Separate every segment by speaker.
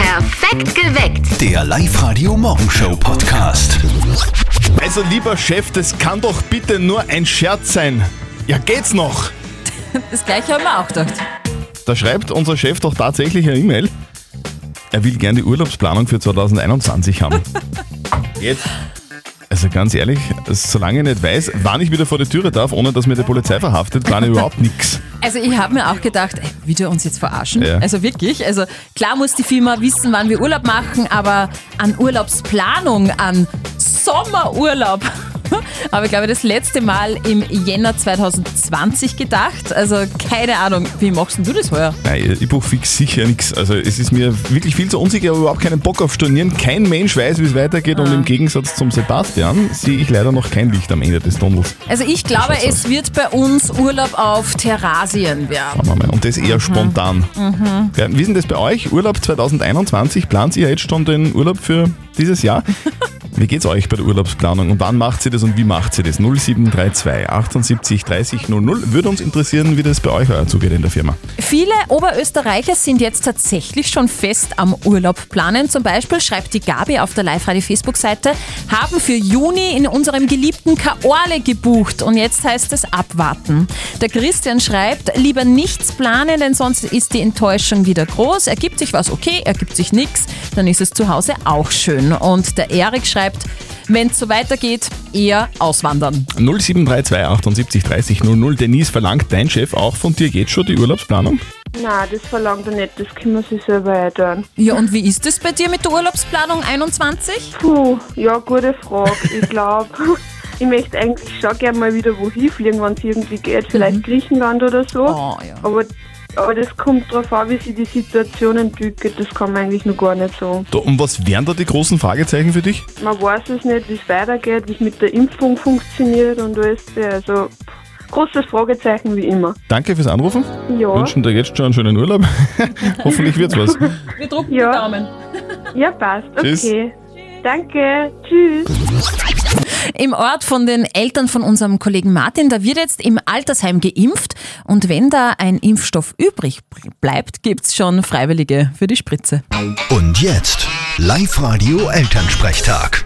Speaker 1: Perfekt geweckt.
Speaker 2: Der Live-Radio Morgenshow Podcast.
Speaker 3: Also lieber Chef, das kann doch bitte nur ein Scherz sein. Ja, geht's noch?
Speaker 4: Das gleiche haben wir auch gedacht.
Speaker 3: Da schreibt unser Chef doch tatsächlich eine E-Mail. Er will gerne die Urlaubsplanung für 2021 haben. Jetzt? Also ganz ehrlich, solange ich nicht weiß, wann ich wieder vor die Türe darf, ohne dass mir die Polizei verhaftet, plane ich überhaupt nichts.
Speaker 4: Also ich habe mir auch gedacht, ey, will der uns jetzt verarschen?
Speaker 3: Ja.
Speaker 4: Also wirklich, also klar muss die Firma wissen, wann wir Urlaub machen, aber an Urlaubsplanung, an Sommerurlaub. Aber ich glaube, das letzte Mal im Jänner 2020 gedacht. Also keine Ahnung, wie machst denn du das heuer?
Speaker 3: Nein, ich buche fix sicher nichts. Also es ist mir wirklich viel zu unsicher, ich habe überhaupt keinen Bock auf Stornieren. Kein Mensch weiß, wie es weitergeht und im Gegensatz zum Sebastian sehe ich leider noch kein Licht am Ende des Tunnels.
Speaker 4: Also ich glaube,
Speaker 3: schaut's
Speaker 4: es wird bei uns Urlaub auf Terrasien werden. Mhm.
Speaker 3: Schauen wir mal. Und das eher spontan. Ja, wie ist denn das bei euch? Urlaub 2021, plant ihr jetzt schon den Urlaub für dieses Jahr? Wie geht's euch bei der Urlaubsplanung und wann macht sie das und wie macht sie das? 0732 78 30 00. Würde uns interessieren, wie das bei euch heuer zugeht in der Firma.
Speaker 4: Viele Oberösterreicher sind jetzt tatsächlich schon fest am Urlaub planen. Zum Beispiel schreibt die Gabi auf der Live-Radio-Facebook-Seite, haben für Juni in unserem geliebten Kaorle gebucht und jetzt heißt es abwarten. Der Christian schreibt, lieber nichts planen, denn sonst ist die Enttäuschung wieder groß. Ergibt sich was, okay, ergibt sich nichts, dann ist es zu Hause auch schön. Und der Erik schreibt, wenn es so weitergeht, eher auswandern.
Speaker 3: 0732 78 30 00. Denise, verlangt dein Chef auch von dir jetzt schon die Urlaubsplanung?
Speaker 5: Nein, das verlangt er nicht, das können wir sich selber erteilen.
Speaker 4: Ja, und wie ist es bei dir mit der Urlaubsplanung 21?
Speaker 5: Puh, ja, gute Frage. Ich glaube, ich möchte eigentlich schon gerne mal wieder wohin fliegen, wenn es irgendwie geht, vielleicht Griechenland oder so.
Speaker 4: Oh, Mhm. ja.
Speaker 5: aber, aber das kommt drauf an, wie sich die Situation entwickelt, das kann man eigentlich noch gar nicht sagen.
Speaker 3: Da, und was wären da die großen Fragezeichen für dich?
Speaker 5: Man weiß es nicht, wie es weitergeht, wie es mit der Impfung funktioniert und alles. Also, pff, großes Fragezeichen wie immer.
Speaker 3: Danke fürs Anrufen.
Speaker 5: Ja,
Speaker 3: Wünschen dir jetzt schon einen schönen Urlaub. Hoffentlich wird's was.
Speaker 4: Wir drucken
Speaker 5: Ja.
Speaker 4: die Daumen.
Speaker 5: ja, passt. Okay.
Speaker 3: Tschüss.
Speaker 5: Danke. Tschüss.
Speaker 4: Im Ort von den Eltern von unserem Kollegen Martin, da wird jetzt im Altersheim geimpft und wenn da ein Impfstoff übrig bleibt, gibt's schon Freiwillige für die Spritze.
Speaker 2: Und jetzt Live-Radio Elternsprechtag.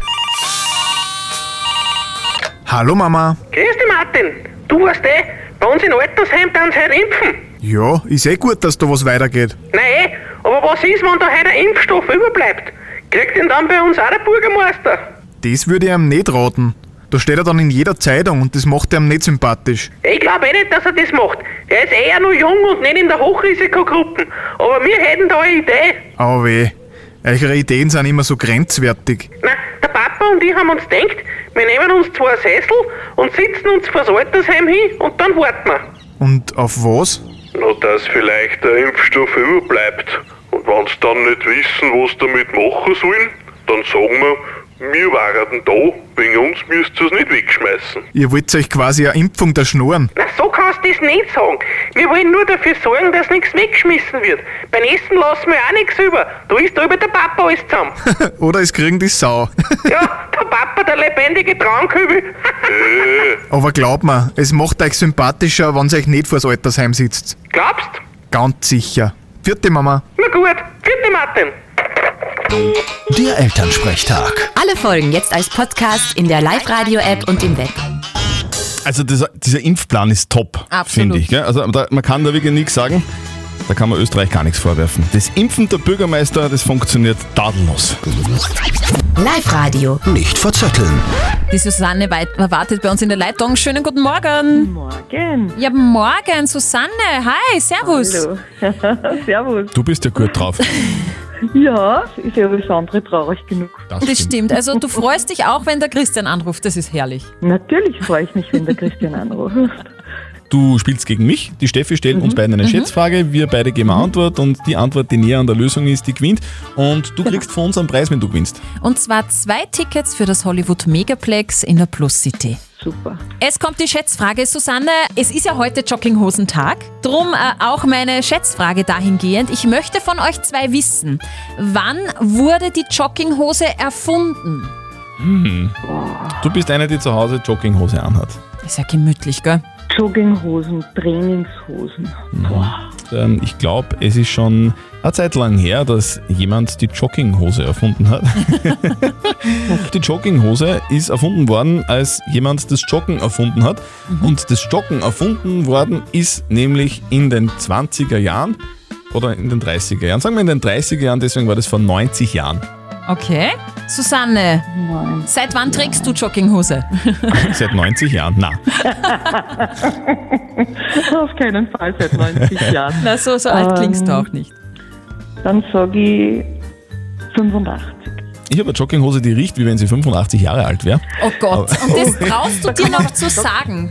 Speaker 6: Hallo Mama.
Speaker 7: Grüß dich, Martin. Du weißt eh, bei uns in Altersheim dann heute impfen.
Speaker 6: Ja, ist eh gut, dass da was weitergeht.
Speaker 7: Nein, eh, aber was ist, wenn da heute ein Impfstoff überbleibt? Kriegt den dann bei uns auch der Bürgermeister?
Speaker 6: Das würde ich ihm nicht raten. Da steht er dann in jeder Zeitung und das macht ihm nicht sympathisch.
Speaker 7: Ich glaube eh nicht, dass er das macht. Er ist eher nur jung und nicht in der Hochrisikogruppe. Aber wir hätten da eine Idee.
Speaker 6: Aber weh. Eure Ideen sind immer so grenzwertig.
Speaker 7: Na, der Papa und ich haben uns gedacht, wir nehmen uns zwei Sessel und sitzen uns vors Altersheim hin und dann warten wir.
Speaker 6: Und auf was?
Speaker 8: Na, dass vielleicht der Impfstoff überbleibt. Und wenn sie dann nicht wissen, was damit machen sollen, dann sagen wir, wir waren da, wegen uns müsst ihr es nicht wegschmeißen.
Speaker 6: Ihr wollt euch quasi eine Impfung der Schnurren.
Speaker 7: Na, so kannst du das nicht sagen. Wir wollen nur dafür sorgen, dass nichts weggeschmissen wird. Beim Essen lassen wir auch nichts über. Da ist da über der Papa alles zusammen.
Speaker 6: Oder es kriegen die Sau.
Speaker 7: ja, der Papa, der lebendige Traunkübel.
Speaker 6: Aber glaub mir, es macht euch sympathischer, wenn ihr euch nicht vors Altersheim sitzt.
Speaker 7: Glaubst?
Speaker 6: Ganz sicher. Vierte Mama.
Speaker 7: Na gut. Vierte Martin.
Speaker 2: Der Elternsprechtag.
Speaker 9: Alle Folgen jetzt als Podcast in der Live-Radio-App und im Web.
Speaker 3: Also dieser, dieser Impfplan ist top,
Speaker 4: Absolut.
Speaker 3: finde ich. Gell? Also da, man kann da wirklich nichts sagen. Da kann man Österreich gar nichts vorwerfen. Das Impfen der Bürgermeister, das funktioniert tadellos.
Speaker 9: Live-Radio.
Speaker 2: Nicht verzetteln.
Speaker 4: Die Susanne weit- wartet bei uns in der Leitung. Schönen guten Morgen.
Speaker 5: Morgen.
Speaker 4: Ja, morgen, Susanne. Hi, servus.
Speaker 5: Servus.
Speaker 3: Du bist ja gut drauf.
Speaker 5: Ja, ist ja alles andere traurig genug.
Speaker 4: Das stimmt. Also du freust dich auch, wenn der Christian anruft. Das ist herrlich.
Speaker 5: Natürlich freue ich mich, wenn der Christian anruft.
Speaker 3: Du spielst gegen mich. Die Steffi stellt uns beiden eine Schätzfrage. Wir beide geben eine Antwort und die Antwort, die näher an der Lösung ist, die gewinnt. Und du kriegst von uns einen Preis, wenn du gewinnst.
Speaker 4: Und zwar zwei Tickets für das Hollywood Megaplex in der Plus City.
Speaker 5: Super.
Speaker 4: Es kommt die Schätzfrage, Susanne. Es ist ja heute Jogginghosentag. Drum äh, auch meine Schätzfrage dahingehend. Ich möchte von euch zwei wissen, wann wurde die Jogginghose erfunden?
Speaker 3: Du bist eine, die zu Hause Jogginghose anhat.
Speaker 4: Ist ja gemütlich, gell?
Speaker 5: Jogginghosen, Trainingshosen.
Speaker 3: ähm, ich glaube, es ist schon eine Zeit lang her, dass jemand die Jogginghose erfunden hat. die Jogginghose ist erfunden worden, als jemand das Joggen erfunden hat.
Speaker 4: Mhm.
Speaker 3: Und das Joggen erfunden worden ist nämlich in den 20er Jahren oder in den 30er Jahren. Sagen wir in den 30er Jahren, deswegen war das vor 90 Jahren.
Speaker 4: Okay. Susanne, seit wann trägst du Jogginghose?
Speaker 3: Seit 90 Jahren, na.
Speaker 1: Auf keinen Fall seit 90 Jahren.
Speaker 4: Na, so, so alt klingst
Speaker 3: Ähm,
Speaker 4: du auch nicht.
Speaker 1: Ähm, Dann sage ich 85.
Speaker 3: Ich habe eine Jogginghose, die riecht, wie wenn sie 85 Jahre alt wäre.
Speaker 4: Oh Gott, und das traust du dir noch zu sagen.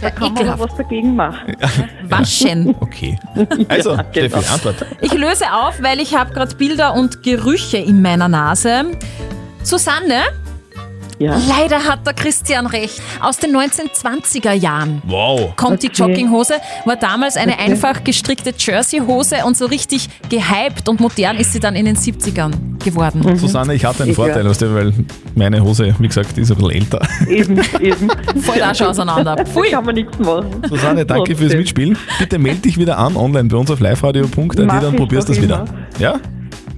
Speaker 1: Kann man noch
Speaker 4: Ekelhaft.
Speaker 1: was dagegen machen?
Speaker 4: Waschen.
Speaker 3: Okay. Also,
Speaker 1: Ja,
Speaker 3: Steffi,
Speaker 1: genau.
Speaker 3: Antwort.
Speaker 4: Ich löse auf, weil ich habe gerade Bilder und Gerüche in meiner Nase. Susanne,
Speaker 1: Ja.
Speaker 4: leider hat der Christian recht. Aus den 1920er Jahren
Speaker 3: Wow.
Speaker 4: kommt die
Speaker 1: Okay.
Speaker 4: Jogginghose, war damals eine einfach gestrickte Jerseyhose und so richtig gehypt und modern ist sie dann in den 70ern geworden.
Speaker 3: Susanne, ich hatte einen
Speaker 1: Mhm. Ich
Speaker 3: Vorteil,
Speaker 1: ja.
Speaker 3: weißt du, weil meine Hose, wie gesagt, die ist ein bisschen älter.
Speaker 1: Eben, eben.
Speaker 4: Voll da schon auseinander.
Speaker 1: Da
Speaker 4: Pfui.
Speaker 1: kann man nichts machen.
Speaker 3: Susanne, danke fürs
Speaker 1: Trotzdem.
Speaker 3: Mitspielen. Bitte melde dich wieder an online bei uns auf liveradio.at,
Speaker 1: Mach
Speaker 3: dann
Speaker 1: ich
Speaker 3: probierst du
Speaker 1: doch
Speaker 3: es wieder. Ja?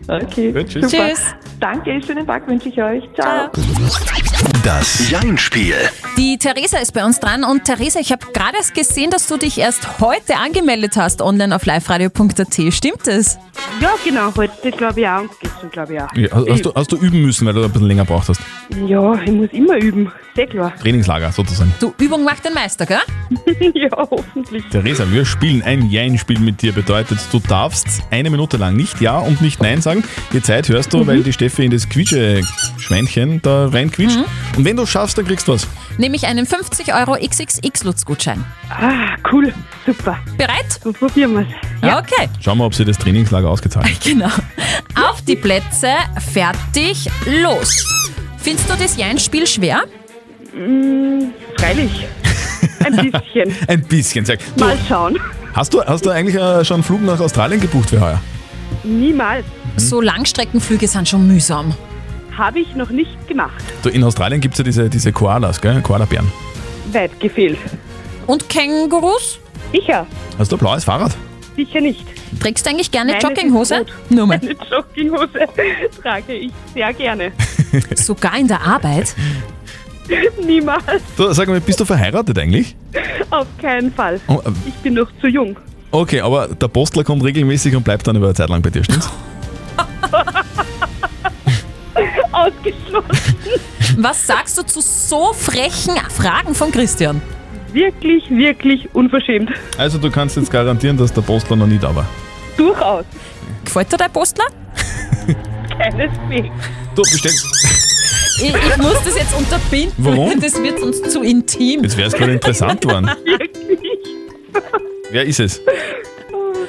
Speaker 1: Okay.
Speaker 3: Gut, tschüss.
Speaker 1: Super.
Speaker 4: Tschüss.
Speaker 1: Danke, schönen Tag wünsche ich euch.
Speaker 4: Ciao.
Speaker 1: Ciao.
Speaker 2: Das Jein-Spiel.
Speaker 4: Die Theresa ist bei uns dran und Theresa, ich habe gerade erst gesehen, dass du dich erst heute angemeldet hast online auf liveradio.at. Stimmt es?
Speaker 5: Ja, genau, heute glaube ich auch und gestern glaube ich auch.
Speaker 3: Ja, hast, hast du, hast du üben müssen, weil du ein bisschen länger braucht hast.
Speaker 5: Ja, ich muss immer üben, sehr klar.
Speaker 3: Trainingslager sozusagen.
Speaker 4: Du, Übung macht den Meister, gell?
Speaker 5: ja, hoffentlich.
Speaker 3: Theresa, wir spielen ein Jein-Spiel mit dir. Bedeutet, du darfst eine Minute lang nicht Ja und nicht Nein sagen. Die Zeit hörst du,
Speaker 1: Mhm.
Speaker 3: weil die Steffi in das Quietsche-Schweinchen da reinquietscht.
Speaker 1: Mhm.
Speaker 3: Und wenn du schaffst, dann kriegst du was.
Speaker 4: Nämlich einen 50 Euro XXX-Lutz-Gutschein.
Speaker 5: Ah, cool, super.
Speaker 4: Bereit?
Speaker 5: Dann probieren wir es.
Speaker 4: Okay,
Speaker 3: Schauen wir, ob sie das Trainingslager ausgezahlt hat.
Speaker 4: genau. Auf die Plätze, fertig, los. Findest du das Jein-Spiel schwer?
Speaker 5: Mm, Freilich. Ein bisschen.
Speaker 3: Ein bisschen. Sag. Du,
Speaker 5: Mal schauen.
Speaker 3: hast, du, hast du eigentlich äh, schon einen Flug nach Australien gebucht für heuer?
Speaker 5: Niemals.
Speaker 4: So Langstreckenflüge sind schon mühsam.
Speaker 5: Habe ich noch nicht gemacht.
Speaker 3: Du, in Australien gibt es ja diese, diese Koalas, gell? Koalabären.
Speaker 5: Weit gefehlt.
Speaker 4: Und Kängurus?
Speaker 5: Sicher.
Speaker 3: Hast du ein blaues Fahrrad?
Speaker 5: Sicher nicht.
Speaker 4: Trägst du eigentlich gerne
Speaker 5: Nein, das ist
Speaker 4: Jogginghose?
Speaker 5: gut.
Speaker 4: Nur mal.
Speaker 5: Eine Jogginghose trage ich sehr gerne.
Speaker 4: Sogar in der Arbeit?
Speaker 5: Niemals.
Speaker 3: Du, sag mal, bist du verheiratet eigentlich?
Speaker 5: Auf keinen Fall.
Speaker 3: Oh, äh,
Speaker 5: Ich bin noch zu jung.
Speaker 3: Okay, aber der Postler kommt regelmäßig und bleibt dann über eine Zeit lang bei dir, stimmt's?
Speaker 5: Ausgeschlossen.
Speaker 4: Was sagst du zu so frechen Fragen von Christian?
Speaker 5: Wirklich, wirklich unverschämt.
Speaker 3: Also du kannst jetzt garantieren, dass der Postler noch nie da war.
Speaker 5: Durchaus.
Speaker 4: Gefällt dir der Postler?
Speaker 5: Keineswegs.
Speaker 3: Du, bestellst.
Speaker 4: Ich, ich muss das jetzt unterbinden.
Speaker 3: Warum?
Speaker 4: Das wird uns zu intim.
Speaker 3: Jetzt wäre es gerade interessant geworden. Wer ist es?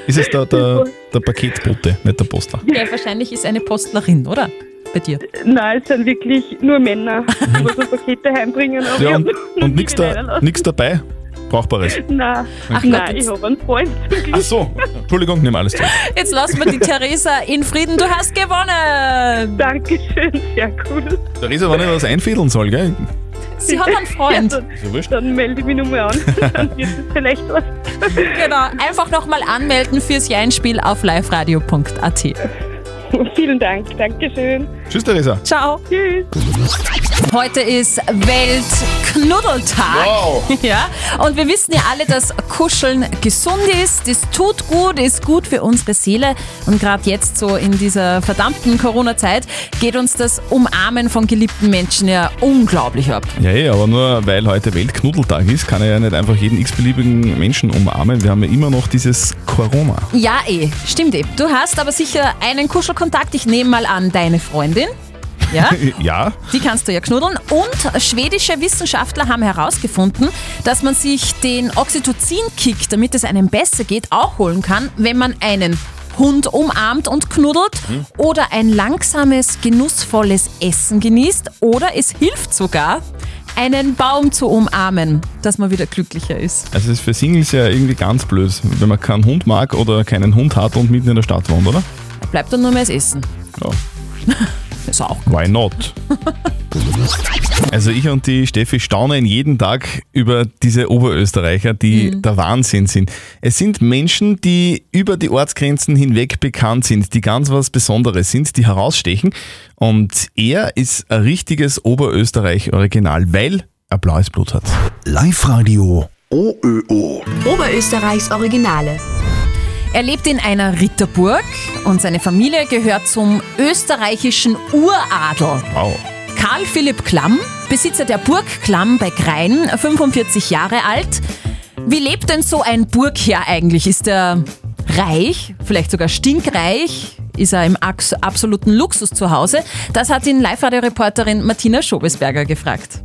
Speaker 3: Ist es der, der, der Paketbote, nicht der Postler?
Speaker 4: Ja, wahrscheinlich ist eine Postlerin, oder? Bei dir.
Speaker 5: Nein, es sind wirklich nur Männer, die so Pakete heimbringen. Aber
Speaker 3: Ja, und,
Speaker 5: ich hab noch
Speaker 3: und
Speaker 5: nie
Speaker 3: nichts
Speaker 5: einen
Speaker 3: da,
Speaker 5: lassen.
Speaker 3: nix dabei? Brauchbares.
Speaker 5: Nein,
Speaker 4: Ach Gott,
Speaker 5: Nein ich
Speaker 4: jetzt,
Speaker 5: habe einen Freund.
Speaker 3: Ach so, Entschuldigung, nimm alles zurück.
Speaker 4: jetzt lassen wir die Theresa in Frieden. Du hast gewonnen.
Speaker 5: Dankeschön, sehr cool.
Speaker 3: Theresa, wenn ich was einfädeln soll, gell?
Speaker 4: Sie hat einen Freund.
Speaker 3: Ist ja wurscht.
Speaker 5: Dann melde ich mich nochmal an. Dann wird es vielleicht was.
Speaker 4: Genau. Einfach nochmal anmelden fürs Jeinspiel auf liveradio.at.
Speaker 5: Vielen Dank, Dankeschön.
Speaker 3: Tschüss, Theresa.
Speaker 4: Ciao.
Speaker 5: Tschüss.
Speaker 4: Heute ist Weltknuddeltag. Ja, und wir wissen ja alle, dass Kuscheln gesund ist, das tut gut, ist gut für unsere Seele. Und gerade jetzt so in dieser verdammten Corona-Zeit geht uns das Umarmen von geliebten Menschen ja unglaublich ab.
Speaker 3: Ja, eh, aber nur weil heute Weltknuddeltag ist, kann er ja nicht einfach jeden x-beliebigen Menschen umarmen. Wir haben ja immer noch dieses Corona.
Speaker 4: Ja, eh, stimmt eh. Du hast aber sicher einen Kuschelkontakt. Ich nehme mal an, deine Freundin. Ja?
Speaker 3: Ja,
Speaker 4: Die kannst du ja knuddeln. Und schwedische Wissenschaftler haben herausgefunden, dass man sich den Oxytocin-Kick, damit es einem besser geht, auch holen kann, wenn man einen Hund umarmt und knuddelt oder ein langsames, genussvolles Essen genießt oder es hilft sogar, einen Baum zu umarmen, dass man wieder glücklicher ist.
Speaker 3: also es ist für Singles ja irgendwie ganz blöd, wenn man keinen Hund mag oder keinen Hund hat und mitten in der Stadt wohnt, oder?
Speaker 4: Da bleibt dann nur mehr das Essen.
Speaker 3: Ja.
Speaker 4: Ist auch
Speaker 3: Why not? Also ich und die Steffi staunen jeden Tag über diese Oberösterreicher, die
Speaker 4: Mhm.
Speaker 3: der Wahnsinn sind. Es sind Menschen, die über die Ortsgrenzen hinweg bekannt sind, die ganz was Besonderes sind, die herausstechen. Und er ist ein richtiges Oberösterreich-Original, weil er blaues Blut hat.
Speaker 2: Live-Radio OÖO.
Speaker 9: Oberösterreichs Originale.
Speaker 4: Er lebt in einer Ritterburg und seine Familie gehört zum österreichischen Uradel.
Speaker 3: Wow.
Speaker 4: Karl Philipp Klamm, Besitzer der Burg Klamm bei Grein, 45 Jahre alt. Wie lebt denn so ein Burgherr eigentlich? Ist er reich, vielleicht sogar stinkreich? Ist er im ax- absoluten Luxus zu Hause? Das hat ihn Live-Radio-Reporterin Martina Schobesberger gefragt.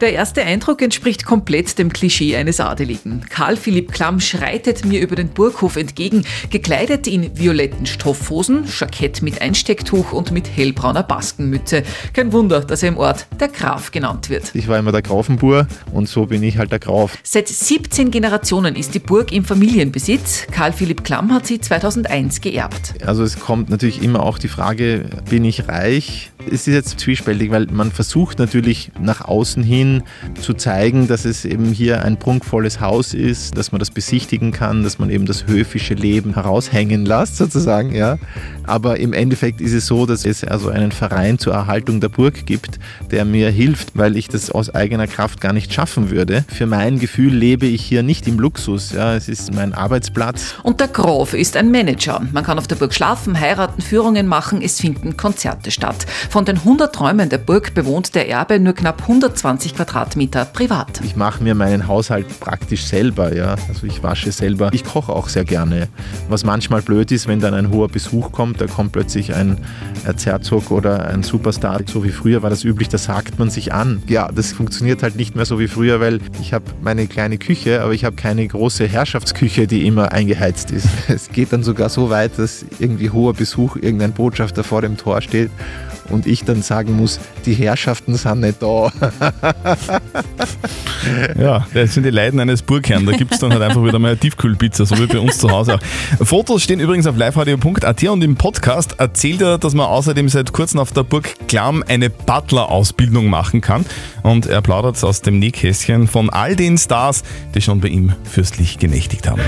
Speaker 10: Der erste Eindruck entspricht komplett dem Klischee eines Adeligen. Karl Philipp Klamm schreitet mir über den Burghof entgegen, gekleidet in violetten Stoffhosen, Jackett mit Einstecktuch und mit hellbrauner Baskenmütze. Kein Wunder, dass er im Ort der Graf genannt wird.
Speaker 11: Ich war immer der Grafenbur und so bin ich halt der Graf.
Speaker 10: Seit 17 Generationen ist die Burg im Familienbesitz. Karl Philipp Klamm hat sie 2001 geerbt.
Speaker 11: Also es kommt natürlich immer auch die Frage, bin ich reich? Es ist jetzt zwiespältig, weil man versucht natürlich nach außen hin zu zeigen, dass es eben hier ein prunkvolles Haus ist, dass man das besichtigen kann, dass man eben das höfische Leben heraushängen lässt sozusagen, ja. Aber im Endeffekt ist es so, dass es also einen Verein zur Erhaltung der Burg gibt, der mir hilft, weil ich das aus eigener Kraft gar nicht schaffen würde. Für mein Gefühl lebe ich hier nicht im Luxus, ja. Es ist mein Arbeitsplatz.
Speaker 10: Und der Graf ist ein Manager. Man kann auf der Burg schlafen, heiraten, Führungen machen, es finden Konzerte statt. Von den 100 Räumen der Burg bewohnt der Erbe nur knapp 120 Quadratmeter privat.
Speaker 11: Ich mache mir meinen Haushalt praktisch selber, ja. Also ich wasche selber. Ich koche auch sehr gerne. Was manchmal blöd ist, wenn dann ein hoher Besuch kommt, da kommt plötzlich ein Erzherzog oder ein Superstar. So wie früher war das üblich, da sagt man sich an. Ja, das funktioniert halt nicht mehr so wie früher, weil ich habe meine kleine Küche, aber ich habe keine große Herrschaftsküche, die immer eingeheizt ist. Es geht dann sogar so weit, dass irgendwie hoher Besuch, irgendein Botschafter vor dem Tor steht und ich dann sagen muss, die Herrschaften sind nicht da.
Speaker 3: Ja, das sind die Leiden eines Burgherrn. Da gibt es dann halt einfach wieder mal eine Tiefkühlpizza, so wie bei uns zu Hause auch. Fotos stehen übrigens auf liveradio.at und im Podcast erzählt er, dass man außerdem seit kurzem auf der Burg Klamm eine Butler-Ausbildung machen kann. Und er plaudert aus dem Nähkästchen von all den Stars, die schon bei ihm fürstlich genächtigt haben.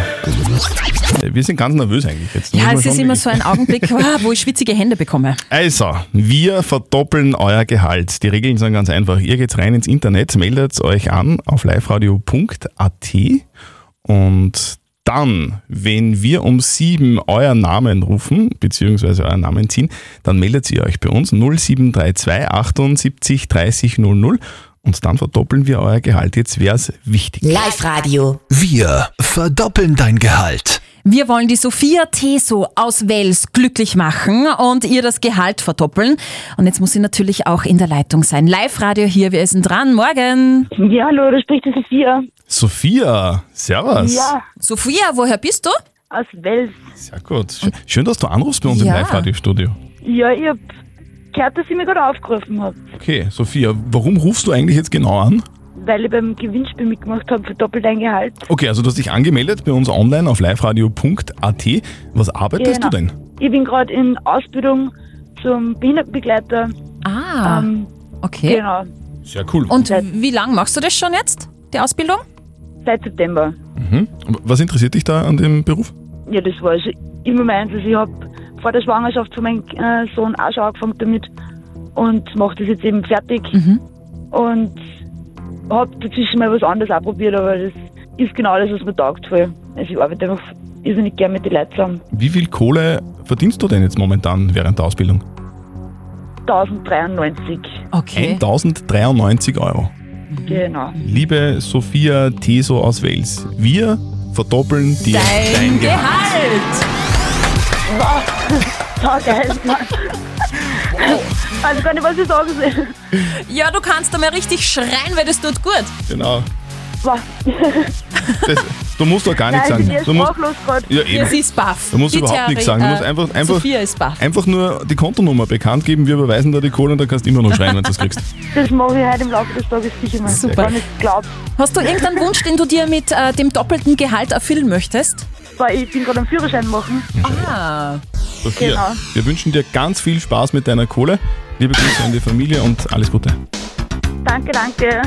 Speaker 3: Wir sind ganz nervös eigentlich jetzt.
Speaker 4: Ja,
Speaker 3: Muss man
Speaker 4: es ist
Speaker 3: schon
Speaker 4: immer
Speaker 3: wirklich-
Speaker 4: so ein Augenblick, wow, wo ich schwitzige Hände bekomme.
Speaker 3: also, wir verdoppeln euer Gehalt. Die Regeln sind ganz einfach. Ihr geht rein ins Internet, meldet euch an auf liveradio.at und dann, wenn wir um sieben euren Namen rufen, beziehungsweise euren Namen ziehen, dann meldet ihr euch bei uns 0732 78 30 00 und dann verdoppeln wir euer Gehalt. Jetzt wäre es wichtig.
Speaker 9: Live-Radio.
Speaker 2: Wir verdoppeln dein Gehalt.
Speaker 4: Wir wollen die Sophia Teso aus Wels glücklich machen und ihr das Gehalt verdoppeln. Und jetzt muss sie natürlich auch in der Leitung sein. Live-Radio hier, wir sind dran. Morgen.
Speaker 5: Ja, hallo, da spricht die Sophia
Speaker 3: Sophia, servus.
Speaker 5: Ja.
Speaker 4: Sophia, woher bist du?
Speaker 5: aus Wels.
Speaker 3: Sehr gut. Schön- Schön, dass du anrufst bei uns im
Speaker 4: Ja.
Speaker 3: Live-Radio-Studio.
Speaker 5: Ja, ich hab gehört, dass ihr mich gerade aufgerufen habt,
Speaker 3: Okay, Sophia, warum rufst du eigentlich jetzt genau an?
Speaker 5: weil ich beim Gewinnspiel mitgemacht habe, verdoppelt ein Gehalt.
Speaker 3: Okay, also du hast dich angemeldet bei uns online auf liveradio.at. Was arbeitest
Speaker 5: Genau.
Speaker 3: du denn?
Speaker 5: Ich bin gerade in Ausbildung zum Behindertenbegleiter.
Speaker 4: Ah,
Speaker 5: Ähm,
Speaker 4: okay.
Speaker 5: Genau,
Speaker 3: Sehr cool.
Speaker 4: Und wie lang machst du das schon jetzt, die Ausbildung?
Speaker 5: seit September.
Speaker 3: Mhm. Und was interessiert dich da an dem Beruf?
Speaker 5: Ja, das war also immer meins. Also ich habe vor der Schwangerschaft von meinem äh, Sohn auch schon angefangen damit und mache das jetzt eben fertig.
Speaker 4: Mhm.
Speaker 5: Und habe dazwischen mal was anderes auch probiert, aber das ist genau das, was mir taugt voll. Also ich arbeite einfach irrsinnig gern mit den Leuten zusammen.
Speaker 3: Wie viel Kohle verdienst du denn jetzt momentan während der Ausbildung?
Speaker 5: 1093,
Speaker 4: Okay.
Speaker 3: 1093 Euro.
Speaker 5: genau.
Speaker 3: Liebe Sophia Teso aus Wales, wir verdoppeln dir
Speaker 4: Dein
Speaker 3: dein, Gehalt.
Speaker 4: Gehalt.
Speaker 5: So geil, Mann. Also gar nicht, was ich sagen soll.
Speaker 4: Ja, du kannst da mal richtig schreien, weil das tut gut.
Speaker 3: Genau.
Speaker 5: Boah,
Speaker 3: Das, du musst doch gar nichts
Speaker 5: nein, ich bin
Speaker 3: Ah, sagen.
Speaker 5: eher
Speaker 3: Du musst,
Speaker 5: sprachlos gerade.
Speaker 3: ja,
Speaker 4: Ja,
Speaker 3: eben.
Speaker 4: sie ist baff.
Speaker 3: Du musst
Speaker 4: Die
Speaker 3: überhaupt
Speaker 4: Terry,
Speaker 3: nichts sagen. Du musst
Speaker 4: äh,
Speaker 3: einfach- einfach-
Speaker 4: Sophia ist baff.
Speaker 3: Einfach nur die Kontonummer bekannt geben, wir überweisen da die Kohle und dann kannst du immer noch schreien, wenn du das kriegst.
Speaker 5: Das mache ich heute im Laufe des Tages sicher mal.
Speaker 4: Super.
Speaker 5: Wenn ich glaube.
Speaker 4: Hast du irgendeinen Wunsch, den du dir mit äh, dem doppelten Gehalt erfüllen möchtest?
Speaker 5: Weil ich bin gerade am Führerschein machen.
Speaker 4: Ah.
Speaker 3: Sophia,
Speaker 5: Genau.
Speaker 3: wir wünschen dir ganz viel Spaß mit deiner Kohle Liebe Grüße an die Familie und alles Gute.
Speaker 5: Genau. Danke, danke.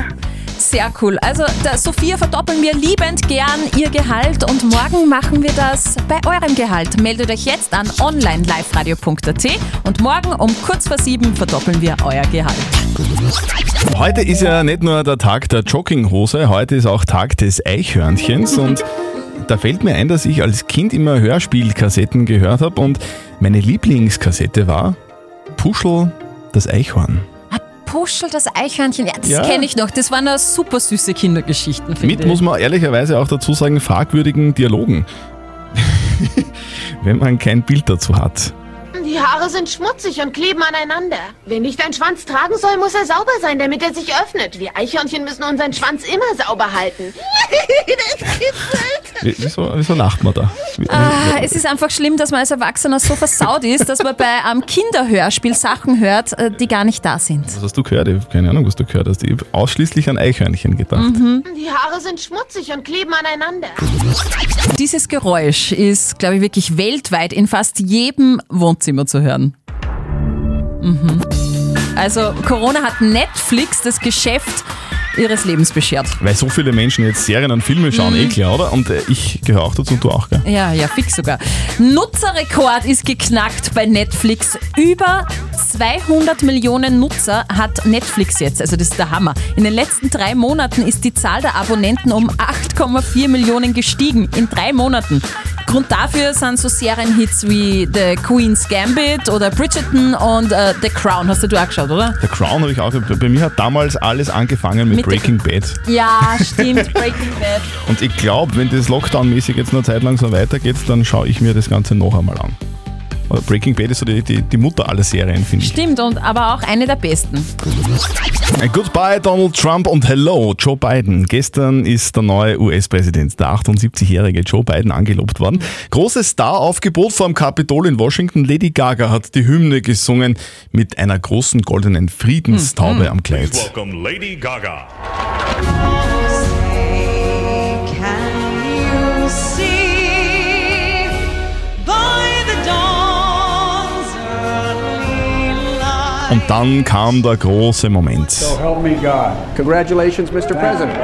Speaker 4: Sehr cool. Also der Sophia verdoppeln wir liebend gern ihr Gehalt und morgen machen wir das bei eurem Gehalt. Meldet euch jetzt an online-liveradio.at und morgen um kurz vor sieben verdoppeln wir euer Gehalt.
Speaker 3: Heute ist ja nicht nur der Tag der Jogginghose, heute ist auch Tag des Eichhörnchens und da fällt mir ein, dass ich als Kind immer Hörspielkassetten gehört habe und meine Lieblingskassette war Puschel das Eichhorn.
Speaker 4: Puschel das Eichhörnchen, ja, das
Speaker 3: Ja.
Speaker 4: kenne ich noch. Das waren ja super süße Kindergeschichten. finde
Speaker 3: Mit
Speaker 4: ich.
Speaker 3: muss man ehrlicherweise auch dazu sagen, fragwürdigen Dialogen. Wenn man kein Bild dazu hat.
Speaker 12: Die Haare sind schmutzig und kleben aneinander. Wer nicht einen Schwanz tragen soll, muss er sauber sein, damit er sich öffnet. Wir Eichhörnchen müssen unseren Schwanz immer sauber halten. das kitzelt.
Speaker 3: Wie- Wieso, wieso lacht man da? Wie-
Speaker 4: Ah, es ist einfach schlimm, dass man als Erwachsener so versaut ist, dass man bei einem Kinderhörspiel Sachen hört, äh, die gar nicht da sind.
Speaker 3: Was hast du gehört? Ich habe keine Ahnung, was du gehört hast. Ich habe ausschließlich an Eichhörnchen gedacht.
Speaker 4: Mhm.
Speaker 12: Die Haare sind schmutzig und kleben aneinander.
Speaker 4: Dieses Geräusch ist, glaube ich, wirklich weltweit in fast jedem Wohnzimmer zu hören. Mhm. Also Corona hat Netflix das Geschäft ihres Lebens beschert.
Speaker 3: Weil so viele Menschen jetzt Serien und Filme schauen,
Speaker 4: Mhm.
Speaker 3: eh klar, oder? Und äh, ich gehöre auch dazu und du auch, gell?
Speaker 4: Ja, ja, fix sogar. Nutzerrekord ist geknackt bei Netflix. Über 200 Millionen Nutzer hat Netflix jetzt. Also das ist der Hammer. In den letzten drei Monaten ist die Zahl der Abonnenten um 8,4 Millionen gestiegen. In drei Monaten. Grund dafür sind so Serienhits wie The Queen's Gambit oder Bridgerton und äh, The Crown. Hast du du auch geschaut, oder?
Speaker 3: The Crown habe ich auch. Bei mir hat damals alles angefangen mit,
Speaker 4: Mit der-
Speaker 3: Breaking Bad.
Speaker 4: Ja, stimmt. Breaking Bad.
Speaker 3: Und ich glaube, wenn das Lockdown-mäßig jetzt eine Zeit lang so weitergeht, dann schaue ich mir das Ganze noch einmal an. Aber Breaking Bad ist so die, die, die Mutter aller Serien, finde ich.
Speaker 4: Stimmt, und aber auch eine der besten.
Speaker 3: Äh, Goodbye Donald Trump und hello Joe Biden. Gestern ist der neue US-Präsident, der 78-jährige Joe Biden, angelobt worden. Großes Star-Aufgebot vom Kapitol in Washington. Lady Gaga hat die Hymne gesungen mit einer großen goldenen Friedenstaube
Speaker 8: Hm.
Speaker 3: am
Speaker 13: Please
Speaker 3: Kleid.
Speaker 13: welcome Lady Gaga.
Speaker 14: You see by the dawn's early light.
Speaker 3: Und dann kam der große Moment.
Speaker 15: So help me God. Congratulations, Mr. President.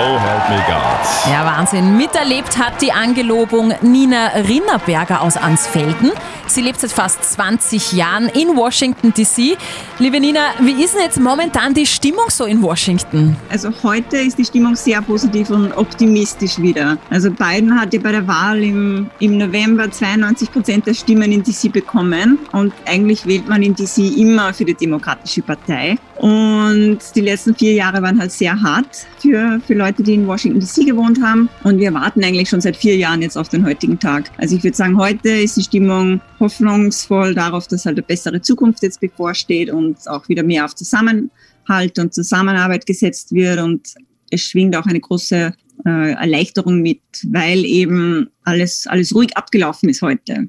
Speaker 3: Oh, help me God.
Speaker 4: Ja, Wahnsinn. Miterlebt hat die Angelobung Nina Rinnerberger aus Ansfelden. Sie lebt seit fast 20 Jahren in Washington, D.C. Liebe Nina, wie ist denn jetzt momentan die Stimmung so in Washington?
Speaker 16: Also heute ist die Stimmung sehr positiv und optimistisch wieder. Also Biden hatte bei der Wahl im, im November 92 Prozent der Stimmen in DC bekommen und eigentlich wählt man in DC immer für die Demokratische Partei. Und die letzten vier Jahre waren halt sehr hart für, für Leute, die in Washington DC gewohnt haben. Und wir warten eigentlich schon seit vier Jahren jetzt auf den heutigen Tag. Also ich würde sagen, heute ist die Stimmung hoffnungsvoll darauf, dass halt eine bessere Zukunft jetzt bevorsteht und auch wieder mehr auf Zusammenhalt und Zusammenarbeit gesetzt wird. Und es schwingt auch eine große äh, Erleichterung mit, weil eben alles, alles ruhig abgelaufen ist heute.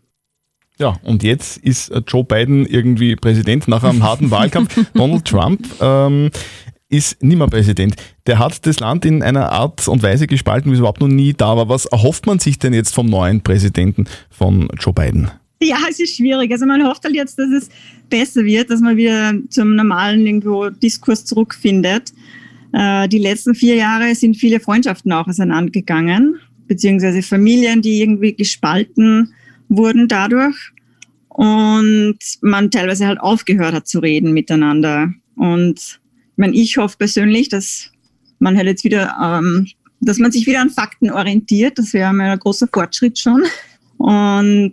Speaker 3: Ja, und jetzt ist äh, Joe Biden irgendwie Präsident nach einem harten Wahlkampf. Donald Trump ähm, ist nicht mehr Präsident. Der hat das Land in einer Art und Weise gespalten, wie es überhaupt noch nie da war. Was erhofft man sich denn jetzt vom neuen Präsidenten von Joe Biden?
Speaker 16: Ja, es ist schwierig. Also man hofft halt jetzt, dass es besser wird, dass man wieder zum normalen irgendwo Diskurs zurückfindet. Äh, die letzten vier Jahre sind viele Freundschaften auch auseinandergegangen, beziehungsweise Familien, die irgendwie gespalten wurden dadurch und man teilweise halt aufgehört hat zu reden miteinander. Und ich, meine, ich hoffe persönlich, dass man halt jetzt wieder, ähm, dass man sich wieder an Fakten orientiert. Das wäre mal ein großer Fortschritt schon. Und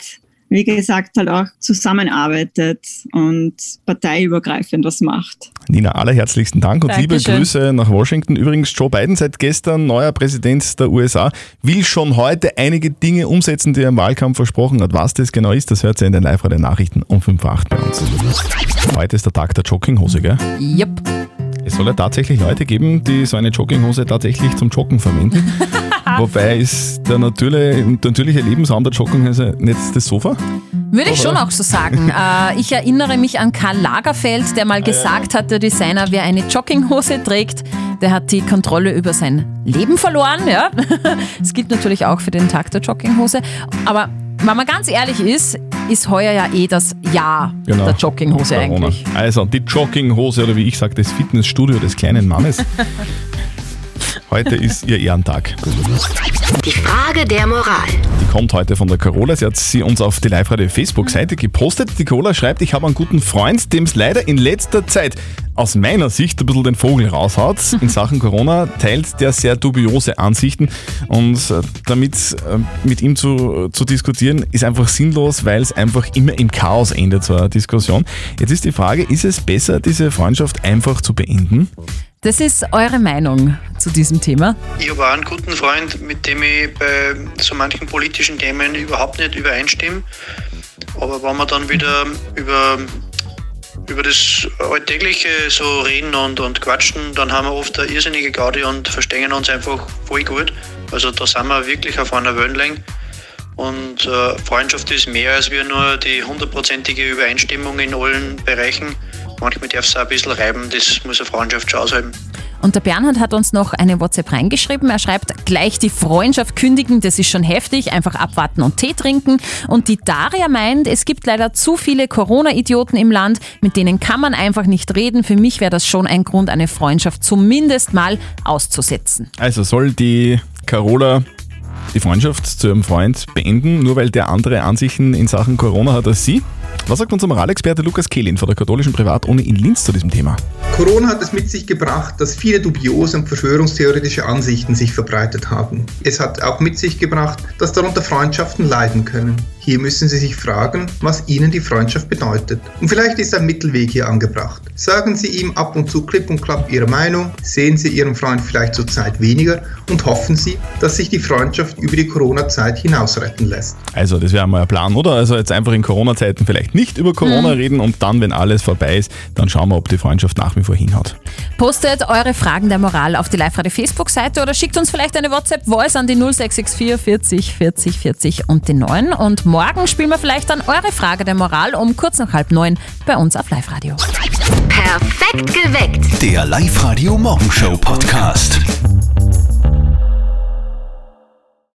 Speaker 16: wie gesagt, halt auch zusammenarbeitet und parteiübergreifend was macht.
Speaker 3: Nina, allerherzlichsten Dank und liebe
Speaker 16: Dankeschön.
Speaker 3: Grüße nach Washington. Übrigens, Joe Biden seit gestern neuer Präsident der USA, will schon heute einige Dinge umsetzen, die er im Wahlkampf versprochen hat. Was das genau ist, das hört ihr in den Live-Radio-Nachrichten um 5 vor 8 bei uns. Heute ist der Tag der Jogginghose, gell?
Speaker 4: Yep.
Speaker 3: Es soll ja tatsächlich Leute geben, die so eine Jogginghose tatsächlich zum Joggen verwenden. Wobei ist der natürliche, der natürliche Lebensraum der Jogginghose nicht das Sofa?
Speaker 4: Würde ich
Speaker 3: Oder?
Speaker 4: schon auch so sagen. Äh, ich erinnere mich an Karl Lagerfeld, der
Speaker 3: Ah,
Speaker 4: mal gesagt hat, der Designer, wer eine Jogginghose trägt, der hat die Kontrolle über sein Leben verloren. Ja, es gibt natürlich auch für den Tag der Jogginghose. Aber Wenn man ganz ehrlich ist, ist heuer ja eh das Jahr
Speaker 3: Genau.
Speaker 4: der Jogginghose
Speaker 3: Corona.
Speaker 4: eigentlich.
Speaker 3: Also, die Jogginghose oder wie ich sage, das Fitnessstudio des kleinen Mannes. Heute ist ihr Ehrentag.
Speaker 9: Die Frage der Moral.
Speaker 3: Die kommt heute von der Carola. Sie hat sie uns auf die Live-Radio Facebook-Seite gepostet. Die Carola schreibt, ich habe einen guten Freund, dem es leider in letzter Zeit aus meiner Sicht ein bisschen den Vogel raushaut. In Sachen Corona teilt der sehr dubiose Ansichten und äh, damit äh, mit ihm zu, zu diskutieren ist einfach sinnlos, weil es einfach immer im Chaos endet, so eine Diskussion. Jetzt ist die Frage, ist es besser, diese Freundschaft einfach zu beenden?
Speaker 4: Das ist eure Meinung zu diesem Thema.
Speaker 13: Ich habe auch einen guten Freund, mit dem ich bei so manchen politischen Themen überhaupt nicht übereinstimme. Aber wenn wir dann wieder über, über das Alltägliche so reden und, und quatschen, dann haben wir oft eine irrsinnige Gaudi und verstehen uns einfach voll gut. Also da sind wir wirklich auf einer Wellenlänge. Und äh, Freundschaft ist mehr als wir nur die hundertprozentige Übereinstimmung in allen Bereichen. Manchmal darf es auch ein bisschen reiben, das muss eine Freundschaft schon aushalten.
Speaker 4: Und der Bernhard hat uns noch eine WhatsApp reingeschrieben. Er schreibt, gleich die Freundschaft kündigen, das ist schon heftig, einfach abwarten und Tee trinken. Und die Daria meint, es gibt leider zu viele Corona-Idioten im Land, mit denen kann man einfach nicht reden. Für mich wäre das schon ein Grund, eine Freundschaft zumindest mal auszusetzen.
Speaker 3: Also soll die Carola die Freundschaft zu ihrem Freund beenden, nur weil der andere Ansichten in Sachen Corona hat als sie? Was sagt unser Moralexperte Lukas Kehlin von der katholischen Privatuni in Linz zu diesem Thema?
Speaker 17: Corona hat es mit sich gebracht, dass viele dubiose und verschwörungstheoretische Ansichten sich verbreitet haben. Es hat auch mit sich gebracht, dass darunter Freundschaften leiden können. Hier müssen Sie sich fragen, was Ihnen die Freundschaft bedeutet. Und vielleicht ist ein Mittelweg hier angebracht. Sagen Sie ihm ab und zu klipp und klapp Ihre Meinung, sehen Sie Ihren Freund vielleicht zurzeit weniger und hoffen Sie, dass sich die Freundschaft über die Corona-Zeit hinaus retten lässt.
Speaker 3: Also, das wäre einmal ein Plan, oder? Also, jetzt einfach in Corona-Zeiten vielleicht nicht über Corona reden und dann, wenn alles vorbei ist, dann schauen wir, ob die Freundschaft nach wie vor hinhaut.
Speaker 4: Postet eure Fragen der Moral auf die live Facebook-Seite oder schickt uns vielleicht eine WhatsApp-Voice an die 0664 40 40 40 und die 9. Und morgen spielen wir vielleicht dann eure Frage der Moral um kurz nach halb neun bei uns auf Live-Radio.
Speaker 9: Perfekt geweckt.
Speaker 2: Der Live-Radio Morgenshow Podcast.